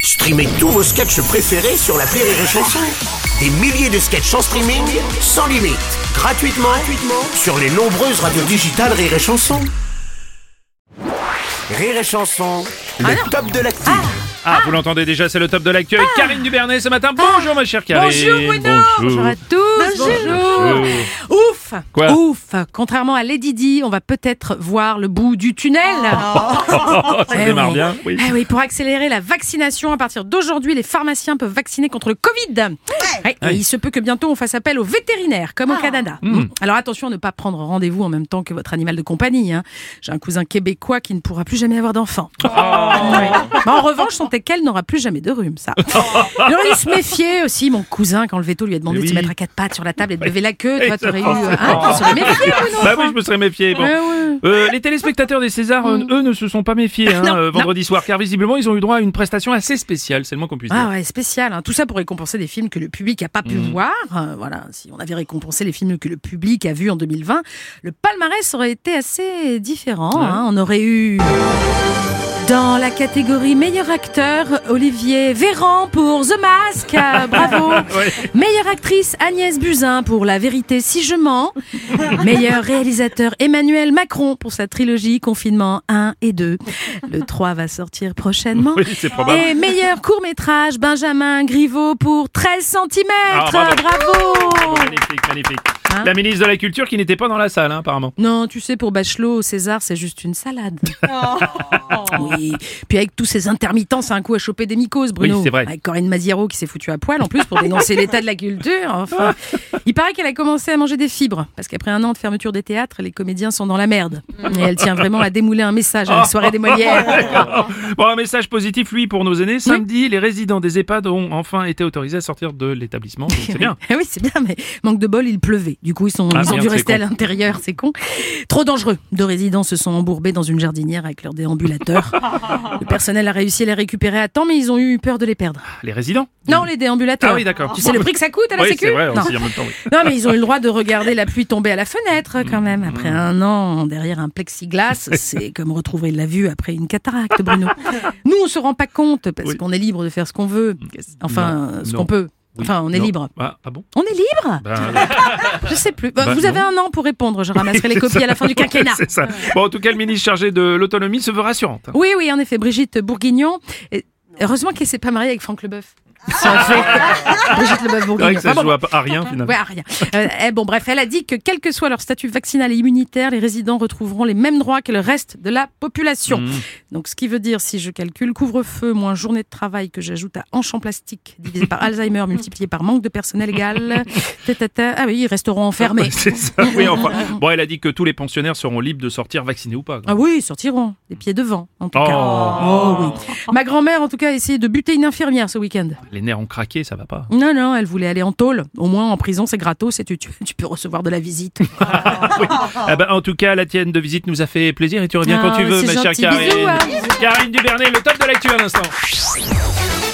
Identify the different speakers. Speaker 1: Streamez tous vos sketchs préférés sur la Rire et Chanson. Des milliers de sketchs en streaming, sans limite, gratuitement, gratuitement sur les nombreuses radios digitales Rire et Chanson. Rire et Chanson, le top de l'actu.
Speaker 2: Ah, vous l'entendez déjà, c'est le top de l'actu avec Karine Dubernet ce matin. Bonjour ma chère Karine.
Speaker 3: Ah. Bonjour Bruno
Speaker 2: Bonjour.
Speaker 3: à tous Bonjour,
Speaker 2: Bonjour.
Speaker 3: Ouf
Speaker 2: Quoi
Speaker 3: Ouf Contrairement à Lady Di, on va peut-être voir le bout du tunnel
Speaker 2: Oh, ça
Speaker 3: Eh
Speaker 2: démarre
Speaker 3: oui.
Speaker 2: bien. Oui.
Speaker 3: Ah oui, pour accélérer la vaccination, à partir d'aujourd'hui, les pharmaciens peuvent vacciner contre le Covid. Ouais, Ah. et
Speaker 2: Ouais.
Speaker 3: il se peut que bientôt on fasse appel aux vétérinaires, comme au Canada. Hum.
Speaker 2: Mm.
Speaker 3: Alors attention à ne pas prendre rendez-vous en même temps que votre animal de compagnie. hein. J'ai un cousin québécois qui ne pourra plus jamais avoir d'enfant.
Speaker 2: Ah.
Speaker 3: Ouais. Mais en revanche, son teckel n'aura plus jamais de rhume, ça. Il aurait dû se méfier aussi, mon cousin, quand le veto lui a demandé
Speaker 2: Mais
Speaker 3: de se
Speaker 2: oui.
Speaker 3: mettre à quatre pattes sur la table et de lever la queue.
Speaker 2: Et
Speaker 3: Toi,
Speaker 2: ça,
Speaker 3: t'aurais eu.
Speaker 2: forcément.
Speaker 3: hein, tu serais méfié,
Speaker 2: Bah
Speaker 3: Bruno,
Speaker 2: oui,
Speaker 3: enfin.
Speaker 2: je me serais méfié. Bon.
Speaker 3: Ouais, ouais. Mm. Ah,
Speaker 2: Euh, les téléspectateurs des Césars, euh, eux, ne se sont pas méfiés hein,
Speaker 3: Non,
Speaker 2: euh,
Speaker 3: non.
Speaker 2: vendredi soir, car visiblement, ils ont eu droit à une prestation assez spéciale, c'est le moins qu'on puisse
Speaker 3: Ah
Speaker 2: dire. Mhm.
Speaker 3: ouais, spécial. hein. Tout ça pour récompenser des films que le public n'a pas pu voir. Euh, voilà, si on avait récompensé les films que le public a vus en 2020, le palmarès aurait été assez différent. hein. On aurait eu. Dans la catégorie meilleur acteur, Olivier Véran pour The Mask, euh, bravo.
Speaker 2: Ouais.
Speaker 3: Meilleure actrice, Agnès Buzyn pour La vérité si je mens. Meilleur réalisateur, Emmanuel Macron pour sa trilogie Confinement 1 et 2. Le 3 va sortir prochainement.
Speaker 2: Ah bah Oui, c'est probable.
Speaker 3: Et meilleur court métrage, Benjamin Griveaux pour 13 cm.
Speaker 2: Ah, bravo.
Speaker 3: bravo.
Speaker 2: Magnifique, magnifique.
Speaker 3: oh. Hein
Speaker 2: La ministre de la Culture qui n'était pas dans la salle, hein, apparemment.
Speaker 3: Non, tu sais, pour Bachelot, César, c'est juste une salade. Oui. Puis avec tous ces intermittents, c'est un coup à choper des mycoses, Bruno.
Speaker 2: Oui, c'est vrai.
Speaker 3: Avec Corinne Maziero qui s'est foutue à poil en plus pour dénoncer l'état de la culture. Enfin, il paraît qu'elle a commencé à manger des fibres parce qu'après un an de fermeture des théâtres, les comédiens sont dans la merde. Et elle tient vraiment à démouler un message à la soirée des Molières.
Speaker 2: Bon, un message positif, lui, pour nos aînés. Samedi, les résidents des EHPAD ont enfin été autorisés à sortir de l'établissement, donc c'est bien.
Speaker 3: Ah oui, c'est bien, mais manque de bol, il pleuvait. Du coup, ils, sont,
Speaker 2: Ah
Speaker 3: ils ont
Speaker 2: merde,
Speaker 3: dû
Speaker 2: c'est
Speaker 3: rester à
Speaker 2: con.
Speaker 3: l'intérieur, c'est con. Trop dangereux. Deux résidents se sont embourbés dans une jardinière avec leur déambulateur. Le personnel a réussi à les récupérer à temps, mais ils ont eu peur de les perdre.
Speaker 2: Les résidents
Speaker 3: Non, les déambulateurs.
Speaker 2: Ah oui, d'accord.
Speaker 3: Tu sais le prix que ça coûte à la
Speaker 2: Oui,
Speaker 3: sécu
Speaker 2: c'est vrai, on
Speaker 3: non.
Speaker 2: s'y dit en même temps. oui.
Speaker 3: non, mais ils ont eu le droit de regarder la pluie tomber à la fenêtre
Speaker 2: Mm.
Speaker 3: quand même. Après un an derrière un plexiglas, c'est comme retrouver la vue après une cataracte, Bruno. Nous, on se rend pas compte parce
Speaker 2: Oui. Mm.
Speaker 3: qu'on est libre de faire ce qu'on veut. Enfin,
Speaker 2: Non,
Speaker 3: ce
Speaker 2: non.
Speaker 3: qu'on peut.
Speaker 2: Oui,
Speaker 3: Enfin, on est
Speaker 2: non.
Speaker 3: libre.
Speaker 2: Ah, ah bon
Speaker 3: On est libre
Speaker 2: Ben,
Speaker 3: je sais plus. Bah,
Speaker 2: Bah,
Speaker 3: vous
Speaker 2: non.
Speaker 3: avez un an pour répondre. Je ramasserai les
Speaker 2: C'est
Speaker 3: copies
Speaker 2: ça.
Speaker 3: à la fin du quinquennat.
Speaker 2: C'est ça. Bon, en tout cas, le ministre chargé de l'autonomie se veut rassurante.
Speaker 3: Oh, Oui, oui, en effet, Brigitte Bourguignon. Et Heureusement qu'elle s'est pas mariée avec Franck Leboeuf. Ça aurait fait- Brigitte Leboeuf
Speaker 2: C'est vrai
Speaker 3: Bourguignon.
Speaker 2: que ça
Speaker 3: Enfin,
Speaker 2: se
Speaker 3: bon,
Speaker 2: joue à, à rien finalement.
Speaker 3: ouais, ah, rien. Euh, eh, bon, bref, elle a dit que quel que soit leur statut vaccinal et immunitaire, les résidents retrouveront les mêmes droits que le reste de la population.
Speaker 2: Mmh.
Speaker 3: Donc, ce qui veut dire, si je calcule couvre-feu moins journée de travail que j'ajoute à hanche en plastique divisé par Alzheimer multiplié par manque de personnel égal, ta, ta, ta. ah oui, ils resteront enfermés.
Speaker 2: C'est ça, oui, enfin. Bon, elle a dit que tous les pensionnaires seront libres de sortir vaccinés ou pas.
Speaker 3: Ah oui, ils sortiront, les pieds devant, en tout
Speaker 2: Oh.
Speaker 3: cas. oui. Ma grand-mère, en tout cas, a essayé de buter une infirmière ce week-end.
Speaker 2: Les nerfs ont craqué, ça va pas.
Speaker 3: Non, non, elle voulait aller en tôle. Au moins, en prison, c'est gratos et tu, tu, tu peux recevoir de la visite.
Speaker 2: Ah bah, en tout cas, la tienne de visite nous a fait plaisir et tu reviens
Speaker 3: Oh. Ah,
Speaker 2: quand tu veux,
Speaker 3: c'est
Speaker 2: ma chère
Speaker 3: gentil.
Speaker 2: Karine.
Speaker 3: Bisous, hein.
Speaker 2: Karine Dubernet, le top de l'actu à l'instant.